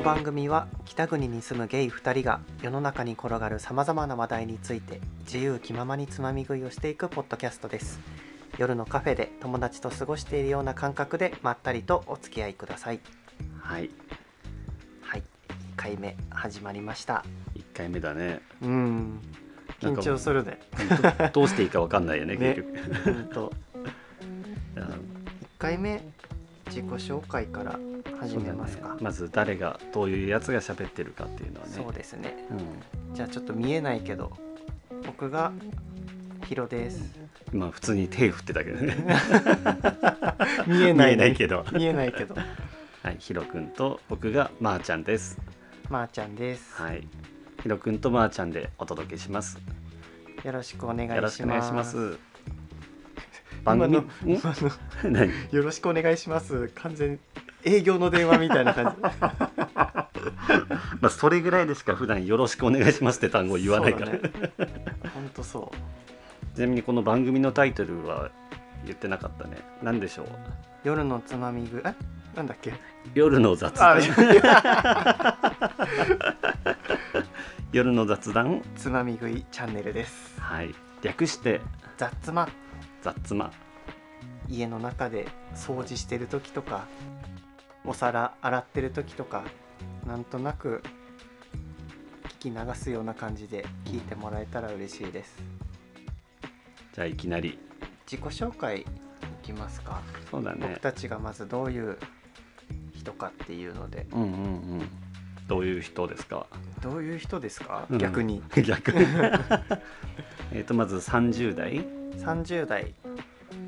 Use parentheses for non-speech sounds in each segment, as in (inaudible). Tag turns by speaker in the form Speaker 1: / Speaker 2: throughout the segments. Speaker 1: は北国に住むゲイ2人が世の中に転がるさまざまな話題について自由気ままにつまみ食いをしていくポッドキャストです夜のカフェで友達と過ごしているような感覚でまったりとお付き合いください
Speaker 2: はい
Speaker 1: はい1回目始まりました
Speaker 2: 1回目だね
Speaker 1: うん緊張するね
Speaker 2: どどう (laughs) していいかわかんないよね
Speaker 1: ね
Speaker 2: 結局
Speaker 1: ほん
Speaker 2: (laughs)
Speaker 1: と
Speaker 2: いや
Speaker 1: 1回目自己紹介から始めます
Speaker 2: そうだ
Speaker 1: か
Speaker 2: ねまず誰がどういうやつが喋ってるかっていうのはね
Speaker 1: そうですね
Speaker 2: うん
Speaker 1: じゃあちょっと見えないけど僕がヒロです
Speaker 2: まあ普通に手振ってたけど (laughs) ね
Speaker 1: 見えない,、
Speaker 2: 見えないけど
Speaker 1: 見えないけど
Speaker 2: はいヒロ君と僕がまーちゃんです
Speaker 1: まー、ちゃんです、
Speaker 2: はいヒロ君とまーちゃんでお届けします
Speaker 1: よろしくお願いします
Speaker 2: よろしくお願いします
Speaker 1: 今
Speaker 2: 番
Speaker 1: の
Speaker 2: 組ん
Speaker 1: 今の
Speaker 2: 何 (laughs)
Speaker 1: よろしくお願いします完全に営業の電話みたいな感
Speaker 2: (laughs)
Speaker 1: じ
Speaker 2: まあそれぐらいでしか普段よろしくお願いしますって単語言わないから、
Speaker 1: そうだねほんとそ
Speaker 2: ちなみにこの番組のタイトルは言ってなかったね何でしょう
Speaker 1: う夜のつまみ食いえなんだっけ
Speaker 2: 夜の雑
Speaker 1: あ
Speaker 2: 談夜の雑談
Speaker 1: つまみ食いチャンネルです
Speaker 2: はい略して
Speaker 1: 雑ま
Speaker 2: 雑魔
Speaker 1: 家の中で掃除してる時とかお皿洗ってる時とかなんとなく聞き流すような感じで聞いてもらえたら嬉しいです
Speaker 2: じゃあいきなり
Speaker 1: 自己紹介いきますか
Speaker 2: そうだ
Speaker 1: 僕
Speaker 2: ね
Speaker 1: たちがまずどういう人かっていうので
Speaker 2: うんうんうんどういう人ですか (laughs)
Speaker 1: どういう人ですか、
Speaker 2: うん
Speaker 1: 逆に
Speaker 2: 逆に (laughs) えっとまず30代、
Speaker 1: 30代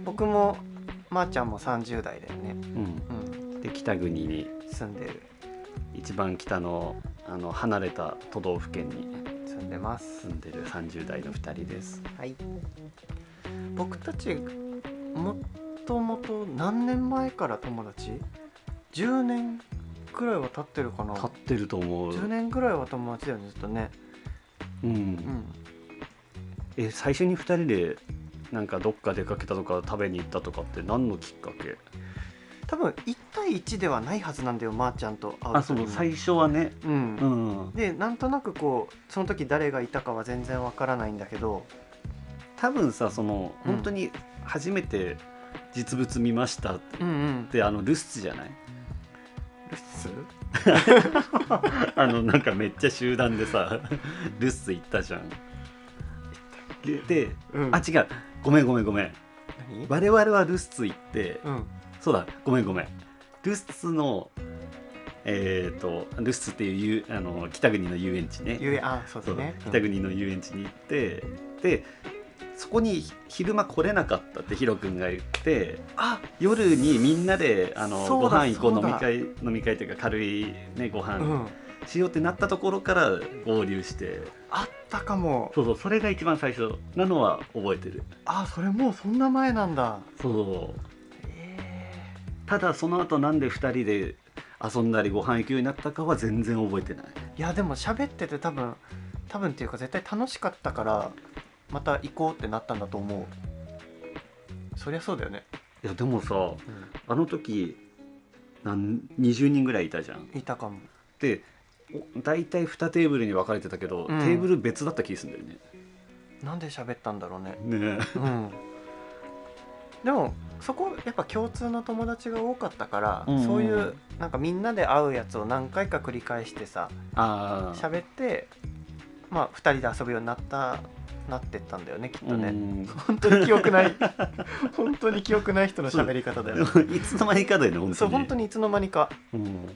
Speaker 1: 僕もまー、ちゃんも30代だよね、
Speaker 2: う
Speaker 1: うん、
Speaker 2: ん、で北国に
Speaker 1: 住んでる
Speaker 2: 一番北のあの離れた都道府県に
Speaker 1: 住んでます
Speaker 2: 住んでる30代の2人です
Speaker 1: はい僕たちもともと何年前から友達 ?10 年くらいは経ってるかな
Speaker 2: 立ってると思う、
Speaker 1: 10年くらいは友達だよねずっとね
Speaker 2: う、
Speaker 1: うんん
Speaker 2: え最初に2人でなんかどっか出かけたとか食べに行ったとかって何のきっかけ
Speaker 1: 多分1対1ではないはずなんだよまー、ちゃんと会う
Speaker 2: あそう
Speaker 1: 時
Speaker 2: 最初はね
Speaker 1: うん
Speaker 2: うん
Speaker 1: でなんとなくこうその時誰がいたかは全然わからないんだけど
Speaker 2: 多分さその
Speaker 1: うん
Speaker 2: 本当に初めて実物見ましたっ
Speaker 1: うんうん
Speaker 2: てあの留守じゃない (laughs)
Speaker 1: ルッス
Speaker 2: あのなんかめっちゃ集団でさ (laughs) 留守行ったじゃんでで
Speaker 1: うん
Speaker 2: あ違うごめんごめんごめん
Speaker 1: 何
Speaker 2: 我々は留守行って
Speaker 1: うん
Speaker 2: そうだごめんごめん留守のえっ、と留守っていうゆあの北国の遊園地ね
Speaker 1: ゆえあそうだ
Speaker 2: そう
Speaker 1: ね
Speaker 2: 北国の遊園地に行ってでそこにひ昼間来れなかったってヒロ君が言って
Speaker 1: あ
Speaker 2: 夜にみんなであの
Speaker 1: そ
Speaker 2: ご
Speaker 1: うだ
Speaker 2: 飯行こ
Speaker 1: そう
Speaker 2: う
Speaker 1: だ
Speaker 2: 飲み会飲み会というか軽い、ね、ご
Speaker 1: う
Speaker 2: 飯
Speaker 1: ん
Speaker 2: しようってなったところから合流して、
Speaker 1: あったかも
Speaker 2: そうそうそれが一番最初なのは覚えてる
Speaker 1: あそれもうそんな前なんだ
Speaker 2: そう
Speaker 1: え
Speaker 2: ただその後なんで2人で遊んだりご飯行くようになったかは全然覚えてない
Speaker 1: ーいやでも喋ってて多分多分っていうか絶対楽しかったからまた行こうってなったんだと思うそりゃそうだよね、
Speaker 2: いやでもさあの時なん20人ぐらいいたじゃん
Speaker 1: いたかも
Speaker 2: でお大体2テーブルに分かれてたけど、
Speaker 1: うん
Speaker 2: テーブル別だった気がするんだよ
Speaker 1: なんで喋ったんだろうね
Speaker 2: ねね
Speaker 1: うんでもそこやっぱ共通の友達が多かったから、
Speaker 2: うんうん
Speaker 1: そういうなんかみんなで会うやつを何回か繰り返してさ
Speaker 2: ああ
Speaker 1: 喋ってまあ2人で遊ぶようになったなってったんだよねきっとね、本当に記憶ない
Speaker 2: (laughs)
Speaker 1: 本当に記憶ない人の喋り方だよね (laughs)
Speaker 2: いつの間にかだよね本当に
Speaker 1: そう本当にいつの間にか
Speaker 2: うん、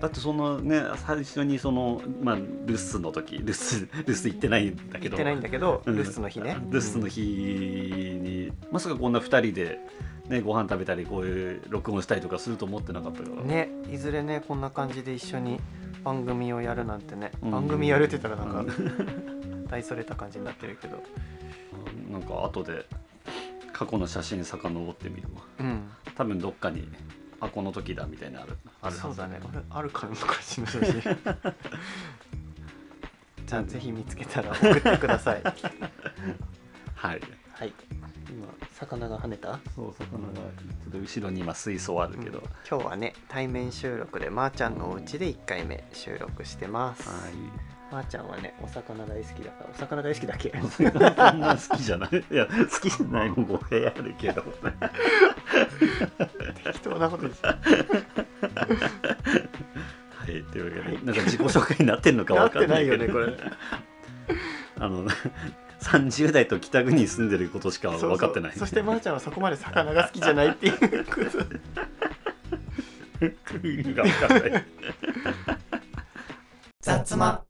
Speaker 2: だってそのね最初にそのまあ留守の時留守 (laughs) 留守行ってないんだ
Speaker 1: 行
Speaker 2: けど
Speaker 1: ってないんだけど、
Speaker 2: うん
Speaker 1: ルスの日ね
Speaker 2: 留守の日にまさかこんな2人でねご飯食べたりこういう録音したりとかすると思ってなかったから
Speaker 1: ねいずれねこんな感じで一緒に番組をやるなんてね、
Speaker 2: うん
Speaker 1: 番組やるって言ったらなんか
Speaker 2: う
Speaker 1: 大それた感じになってるけど
Speaker 2: なんか後で過去の写真遡ってみるわ
Speaker 1: うん
Speaker 2: 多分どっかにあこの時だみたいなのあるあるはず
Speaker 1: そうだね俺あるかな昔の写 (laughs) 真 (laughs) じゃあぜひ見つけたら送ってください
Speaker 2: はい
Speaker 1: はい
Speaker 2: 今
Speaker 1: 魚が跳ねた
Speaker 2: そう魚がちょっと後ろに今水槽あるけど、
Speaker 1: うん今日はね対面収録でまーちゃんのお家で1回目収録してます、まーちゃんはねお魚大好きだからお魚大好きだっけ
Speaker 2: はいそんな好きじゃないいや好きじゃないもん語弊あるけど
Speaker 1: (laughs) 適当なことです (laughs)
Speaker 2: はい、というわけ
Speaker 1: は
Speaker 2: で、
Speaker 1: い
Speaker 2: なんか自己紹介になってんのかわかんないけ
Speaker 1: な
Speaker 2: ど。
Speaker 1: ってない (laughs) よねこ
Speaker 2: (laughs) あの、三十代と北国に住んでることしか分かってない。
Speaker 1: そうそうそしてまーちゃんはそこまで魚が好きじゃないっていうことで
Speaker 2: 意味が分かんない。
Speaker 1: 雑ま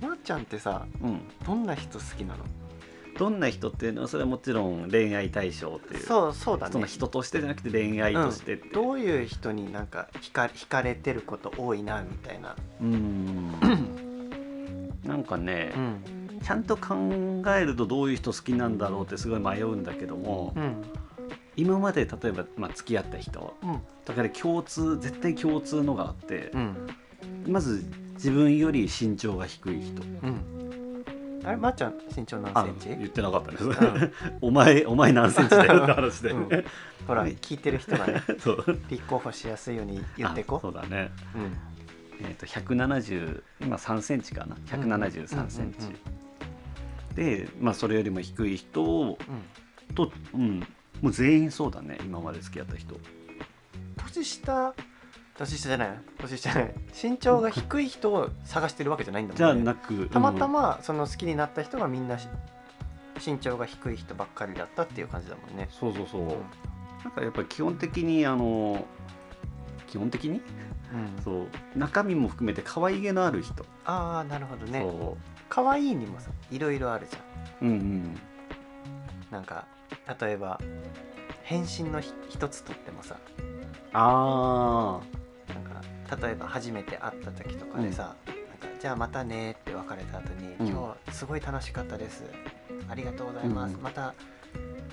Speaker 1: まーちゃんってさ
Speaker 2: (laughs) うん、
Speaker 1: どんな人好きなの
Speaker 2: どんな人っていうのは、それはもちろん恋愛対象っていう。
Speaker 1: そうそうだ
Speaker 2: その
Speaker 1: ね
Speaker 2: 人としてじゃなくて、恋愛としてって。
Speaker 1: どういう人になんか惹か惹かれてること多いなみたいな、
Speaker 2: うん。なんかね、
Speaker 1: ん
Speaker 2: ちゃんと考えるとどういう人好きなんだろうってすごい迷うんだけども、
Speaker 1: うん
Speaker 2: 今まで例えば、まあ、付き合った人
Speaker 1: うん
Speaker 2: だから共通絶対共通のがあって、
Speaker 1: うん
Speaker 2: まず自分より身長が低い人
Speaker 1: うんあれまーちゃん身長何
Speaker 2: あ
Speaker 1: センチ
Speaker 2: 言ってなかったね、
Speaker 1: ん
Speaker 2: (laughs) お前お前何センチだよって話で、
Speaker 1: うんほら
Speaker 2: はい
Speaker 1: 聞いてる人がね
Speaker 2: (laughs) そう
Speaker 1: 立候補しやすいように言ってこ
Speaker 2: あそうだね
Speaker 1: う、うん、
Speaker 2: えっ、と170今3センチかな173センチ、
Speaker 1: うんうん
Speaker 2: でまあそれよりも低い人を
Speaker 1: うん、
Speaker 2: とうんもう全員そうだね今まで付き合った人
Speaker 1: 年下年下じゃない年下じゃない身長が低い人を探してるわけじゃないんだもんね
Speaker 2: じゃなく
Speaker 1: たまた
Speaker 2: うん
Speaker 1: まその好きになった人がみんなし身長が低い人ばっかりだったっていう感じだもんね。
Speaker 2: そうそうそうなんかやっぱり基本的にあの基本的に
Speaker 1: うん
Speaker 2: そう中身も含めて可愛げのある人、
Speaker 1: ああなるほどね。
Speaker 2: そう
Speaker 1: 可愛いにもさいろいろあるじゃん。
Speaker 2: うんうん
Speaker 1: なんか例えば変身のひ一つとってもさ
Speaker 2: あ
Speaker 1: なんか例えば初めて会った時とかでさ、なんかじゃあまたねって別れた後に、
Speaker 2: うん
Speaker 1: 今日すごい楽しかったですありがとうございます、
Speaker 2: うん
Speaker 1: また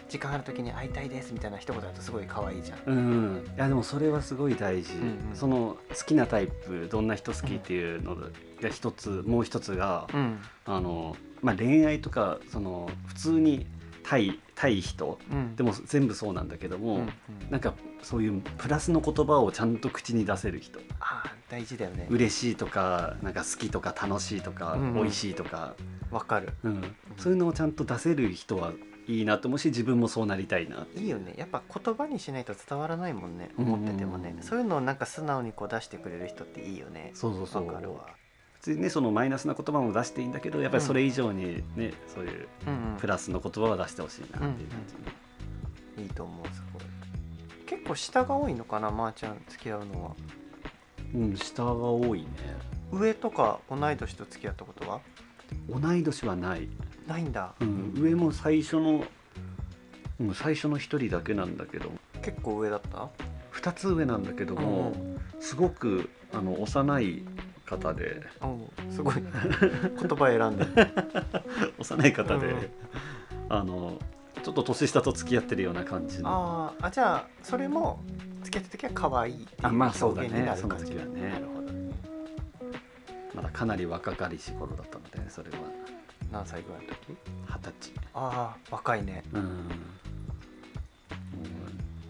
Speaker 1: 時間ある時に会いたいですみたいな一言だとすごい可愛いじゃん。
Speaker 2: あうんいやでもそれはすごい大事、
Speaker 1: うんうん
Speaker 2: その好きなタイプどんな人好きっていうのが一つもう一つが、
Speaker 1: うん
Speaker 2: あのまあ、恋愛とかその普通に対対人
Speaker 1: うん
Speaker 2: でも全部そうなんだけども、
Speaker 1: うんうん
Speaker 2: なんかそういうプラスの言葉をちゃんと口に出せる人
Speaker 1: ああ大事だよね。
Speaker 2: 嬉しいとかなんか好きとか楽しいとか、
Speaker 1: うんうん
Speaker 2: 美味しいとか、
Speaker 1: わかる。
Speaker 2: うんそういうのをちゃんと出せる人はいいなと思うし自分もそうなりたいない
Speaker 1: いよねやっぱ言葉にしないと伝わらないもんね
Speaker 2: うん
Speaker 1: 思っててもね、
Speaker 2: うん
Speaker 1: そういうのをなんか素直にこう出してくれる人っていいよね
Speaker 2: そうそう
Speaker 1: わかるわ、
Speaker 2: 普通にねそのマイナスな言葉も出していいんだけどやっぱりそれ以上にね、そういう
Speaker 1: うんうん
Speaker 2: プラスの言葉は出してほしいなっていう感じ、
Speaker 1: いいと思うすごい結構下が多いのかなまー、ちゃん付き合うのは
Speaker 2: うん下が多いね
Speaker 1: 上とか同い年と付き合ったことは
Speaker 2: 同い年はない、
Speaker 1: ないんだ
Speaker 2: うん、上も最初の、うん、最初の一人だけなんだけど
Speaker 1: 結構上だった
Speaker 2: 2つ上なんだけども、すごくあの幼い方で
Speaker 1: うんすごい言葉選んで
Speaker 2: (laughs) 幼い方で、
Speaker 1: うん
Speaker 2: あのちょっと年下と付き合ってるような感じの
Speaker 1: あーあじゃあそれも付き合った時は可愛いっていう
Speaker 2: あまあそうだ
Speaker 1: 表
Speaker 2: ね
Speaker 1: 現になる感じ
Speaker 2: その時はね
Speaker 1: なるほど
Speaker 2: まだかなり若かりし頃だったのでそれは
Speaker 1: 何歳ぐらいの時
Speaker 2: 二十歳。
Speaker 1: ああ若いね
Speaker 2: うんも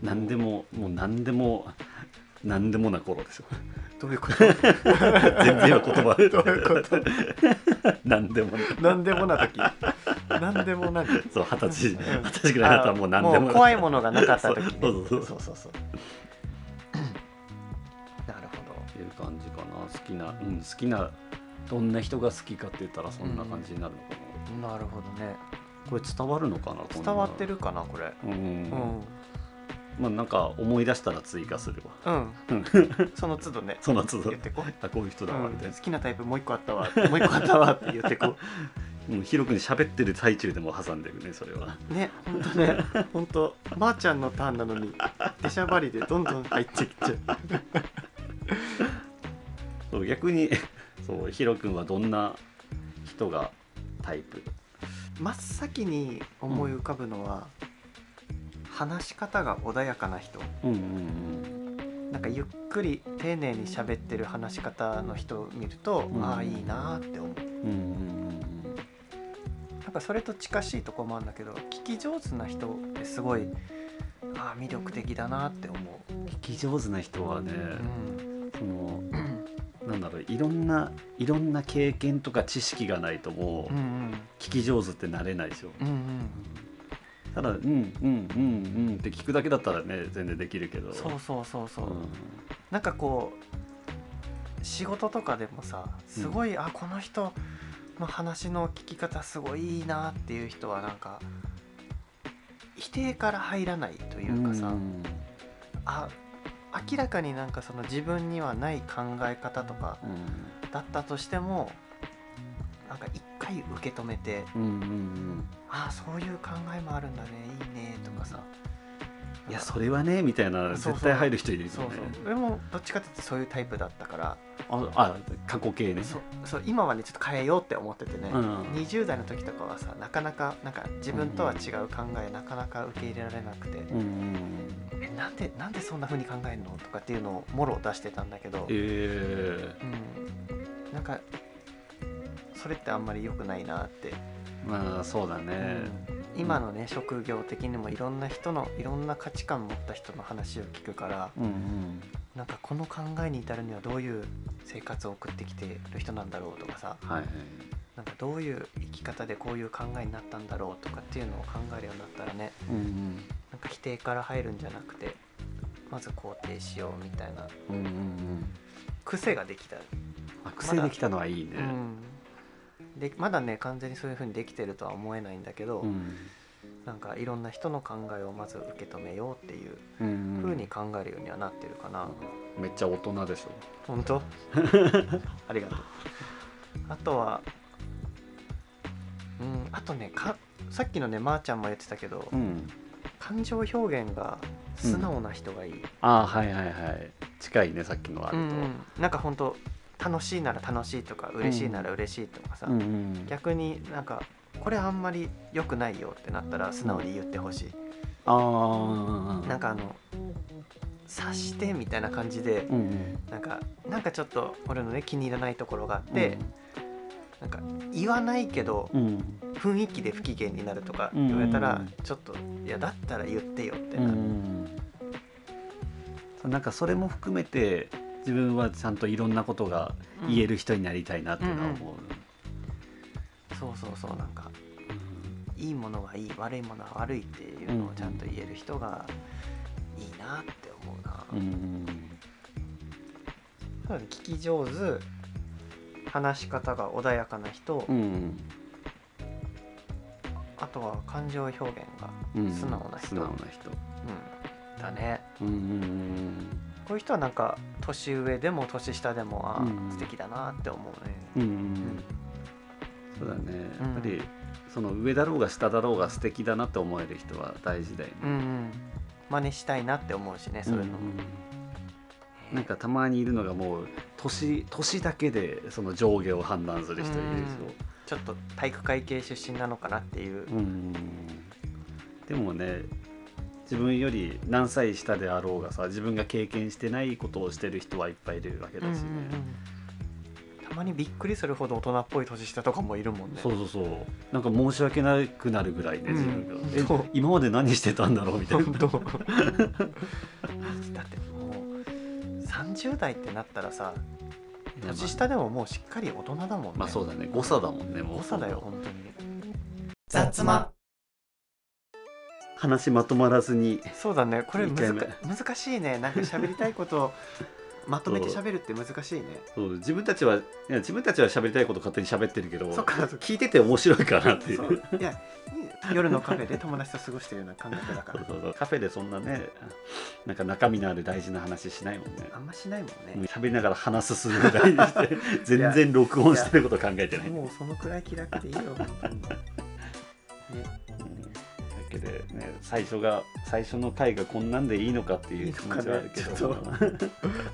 Speaker 2: う何でももう何でも何でもな
Speaker 1: (laughs)
Speaker 2: 頃ですよ
Speaker 1: どういうこと
Speaker 2: 全然今 (laughs) 言葉
Speaker 1: どういうこと
Speaker 2: (laughs) 何でもな
Speaker 1: 何でもな
Speaker 2: (laughs)
Speaker 1: 時何でもな時
Speaker 2: そう二十歳
Speaker 1: うん
Speaker 2: 二十歳ぐらいになったらもう何でも
Speaker 1: も
Speaker 2: な
Speaker 1: う怖いものがなかった時ね
Speaker 2: そうそうそう
Speaker 1: そうそうそうなるほど
Speaker 2: っていう感じかな好きな、うん、好きなどんな人が好きかって言ったらそんな感じになるのかな、
Speaker 1: なるほどね
Speaker 2: これ伝わるのかなこんな
Speaker 1: 伝わってるかなこれ
Speaker 2: うん、
Speaker 1: うん
Speaker 2: まあなんか思い出したら追加するわ
Speaker 1: うん、 (laughs) その都度ね
Speaker 2: (laughs) その都度
Speaker 1: 言ってこ、
Speaker 2: あこういう人
Speaker 1: う
Speaker 2: だわみ
Speaker 1: ん
Speaker 2: たいな
Speaker 1: 好、きなタイプもう一個あったわもう一個あったわって言ってこ
Speaker 2: うん、ヒロ君喋ってる最中でも挟んでるねそれは
Speaker 1: うね本当ね本当まー、ちゃんのターンなのに出しゃばりでどんどん入ってきちゃう
Speaker 2: そう逆に (laughs) そうヒロ君はどんな人がタイプ
Speaker 1: 真っ先に思い浮かぶのは、話し方が穏やかな人
Speaker 2: うんうん
Speaker 1: なんかゆっくり丁寧に喋ってる話し方の人を見ると、
Speaker 2: うん
Speaker 1: ああいいなーって思う
Speaker 2: うんうんうん
Speaker 1: やっかそれと近しいとこもあるんだけど聞き上手な人ってすごいああ魅力的だなって思う。
Speaker 2: 聞き上手な人はね
Speaker 1: うん
Speaker 2: そのなんだろういろんないろんな経験とか知識がないとも
Speaker 1: う
Speaker 2: うん聞き上手ってなれないでしょ
Speaker 1: うんうんうん
Speaker 2: ただ「うんうんうんうん」って聞くだけだったらね全然できるけど
Speaker 1: そうそうそうそう、
Speaker 2: うん
Speaker 1: なんかこう仕事とかでもさすごい、あこの人の話の聞き方すごいいいなっていう人はなんか否定から入らないというかさ、
Speaker 2: うん
Speaker 1: あ明らかになんかその自分にはない考え方とかだったとしてもなんか一回受け止めて
Speaker 2: うんうんうん
Speaker 1: あそういう考えもあるんだねいいねとかさ
Speaker 2: いやそれはねみたい
Speaker 1: そ
Speaker 2: な
Speaker 1: うそう
Speaker 2: 絶対入る人いるよね
Speaker 1: そうそう俺もどっちかっていうとそういうタイプだったから
Speaker 2: ああ過去形ね
Speaker 1: そうそう今はねちょっと変えようって思っててね、
Speaker 2: うん
Speaker 1: 20代の時とかはさなかなかなんか自分とは違う考え、なかなか受け入れられなくて、
Speaker 2: うんうん
Speaker 1: えなんでなんでそんな風に考えるのとかっていうのをもろ出してたんだけど、
Speaker 2: え
Speaker 1: うん、なんかそれってあんまり良くないなって、
Speaker 2: ー、まあそうだね、
Speaker 1: うん今のね職業的にもいろんな人のいろんな価値観持った人の話を聞くから
Speaker 2: うんうん
Speaker 1: なんかこの考えに至るにはどういう生活を送ってきてる人なんだろうとかさ
Speaker 2: はいはい
Speaker 1: なんかどういう生き方でこういう考えになったんだろうとかっていうのを考えるようになったらね
Speaker 2: うん
Speaker 1: なんか否定から入るんじゃなくてまず肯定しようみたいな
Speaker 2: うんうんうんうん
Speaker 1: 癖ができた、
Speaker 2: 悪性できたのはいいね、
Speaker 1: うん、でまだね完全にそういう風にできてるとは思えないんだけど、
Speaker 2: うん
Speaker 1: なんかいろんな人の考えをまず受け止めようっていう
Speaker 2: うん
Speaker 1: 風に考えるようにはなってるかな、
Speaker 2: めっちゃ大人でしょ
Speaker 1: 本
Speaker 2: (laughs)
Speaker 1: 当ありがとうあとはうんあとねかさっきのねまー、ちゃんも言ってたけど、
Speaker 2: ん
Speaker 1: 感情表現が素直な人がいい、
Speaker 2: ああはいはいはい近いねさっきのあ
Speaker 1: う
Speaker 2: れ
Speaker 1: ん
Speaker 2: と、
Speaker 1: なんか本当楽しいなら楽しいとか嬉しいなら嬉しいとかさ、
Speaker 2: うんうん、
Speaker 1: 逆になんかこれあんまり良くないよってなったら素直に言ってほしい、
Speaker 2: ああ
Speaker 1: なんかあの察してみたいな感じで、
Speaker 2: うんうん
Speaker 1: なんかなんかちょっと俺のね気に入らないところがあって、なんか言わないけど
Speaker 2: うんうん
Speaker 1: 雰囲気で不機嫌になるとか言われたら、
Speaker 2: うん
Speaker 1: ちょっといやだったら言ってよって
Speaker 2: うん
Speaker 1: な
Speaker 2: う
Speaker 1: る、
Speaker 2: んそうなんかそれも含めて自分はちゃんといろんなことが言える人になりたいなっていうのは思う、
Speaker 1: そうそうそうなんかいいものはいい悪いものは悪いっていうのをちゃんと言える人がいいなって思うな、
Speaker 2: うんうん
Speaker 1: 多分聞き上手話し方が穏やかな人、
Speaker 2: うん
Speaker 1: あとは感情表現が、
Speaker 2: うん
Speaker 1: 素直な人
Speaker 2: 素直な人
Speaker 1: うん、だね
Speaker 2: うんうん
Speaker 1: こういう人はなんか年上でも年下でもあー、
Speaker 2: うん
Speaker 1: 素敵だなって思うね
Speaker 2: うんうんうんそうだね
Speaker 1: うん
Speaker 2: やっぱりその上だろうが下だろうが素敵だなって思える人は大事だよね
Speaker 1: うんうん真似したいなって思うしねそういうのも、
Speaker 2: なんかたまにいるのがもう年年だけでその上下を判断する人いるでし
Speaker 1: ちょっと体育会系出身なのかなっていう
Speaker 2: ょ、でもね自分より何歳下であろうがさ自分が経験してないことをしてる人はいっぱいいるわけだしね、
Speaker 1: たまにびっくりするほど大人っぽい年下とかもいるもんね
Speaker 2: そうそうそうなんか申し訳なくなるぐらいね自分が、
Speaker 1: うん
Speaker 2: え
Speaker 1: そう
Speaker 2: 今まで何してたんだろうみたい
Speaker 1: 本 (laughs)
Speaker 2: な
Speaker 1: 当だってもう30代ってなったらさ年下でももうしっかり大人だもんね、
Speaker 2: まあそうだね誤差だもんねもう
Speaker 1: 誤差だよ本当に
Speaker 2: 雑間話まとまらずに
Speaker 1: そうだねこれむずか
Speaker 2: 二
Speaker 1: 難しいねなんか喋りたいことをまとめて喋るって難しいね
Speaker 2: そう自分たちはいや自分たちは喋りたいこと勝手に喋ってるけど
Speaker 1: そっか
Speaker 2: 聞いてて面白いかなっていう
Speaker 1: そ
Speaker 2: そうう
Speaker 1: いや夜のカフェで友達と過ごしてるような感覚だから
Speaker 2: そうそうカフェでそんなねなんか中身のある大事な話しないもんね
Speaker 1: あんましないもんね、
Speaker 2: 喋りながら話すするぐらいにして
Speaker 1: (laughs)
Speaker 2: 全然録音してること考えてない
Speaker 1: もうそのくらい気楽でいいよ本当にね
Speaker 2: うんだけで、ね、最初が最初の回がこんなんでいいのかっていう気持ちはあるけ
Speaker 1: いいの
Speaker 2: ど
Speaker 1: か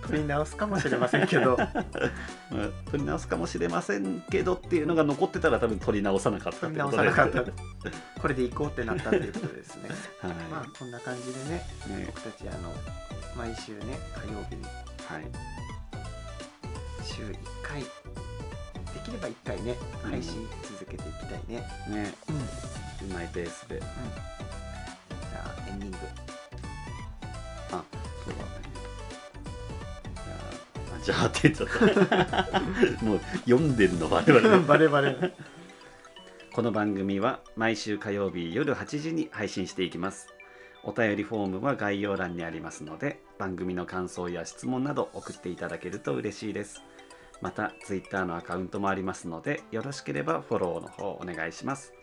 Speaker 1: 取り直すかもしれませんけど
Speaker 2: (laughs) まあ取り直すかもしれませんけどっていうのが残ってたら多分取り直さなかった
Speaker 1: 取
Speaker 2: っ
Speaker 1: り
Speaker 2: て
Speaker 1: 直
Speaker 2: こと
Speaker 1: さ
Speaker 2: だ
Speaker 1: な
Speaker 2: よ
Speaker 1: かっ
Speaker 2: ね
Speaker 1: たこれで行こうってなったということですねま
Speaker 2: は
Speaker 1: あこんな感じでね
Speaker 2: い、ね
Speaker 1: 僕たちあの毎週ね火曜日に
Speaker 2: はい
Speaker 1: 週1回できれば一回ね配信続けていきたいね、
Speaker 2: ね
Speaker 1: うんじ
Speaker 2: うまいペースで
Speaker 1: ゃあエンディング
Speaker 2: あそうだねじゃああじゃあって言っちゃったもう読んでるの我々
Speaker 1: バレバレ
Speaker 2: この番組は毎週火曜日夜8時に配信していきますお便りフォームは概要欄にありますので番組の感想や質問など送っていただけると嬉しいですまた Twitter のアカウントもありますのでよろしければフォローの方お願いします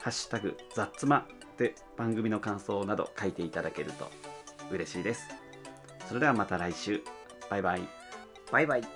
Speaker 2: ハッシュタグザッツマで番組の感想など書いていただけると嬉しいですそれではまた来週バイバイ
Speaker 1: バイバイ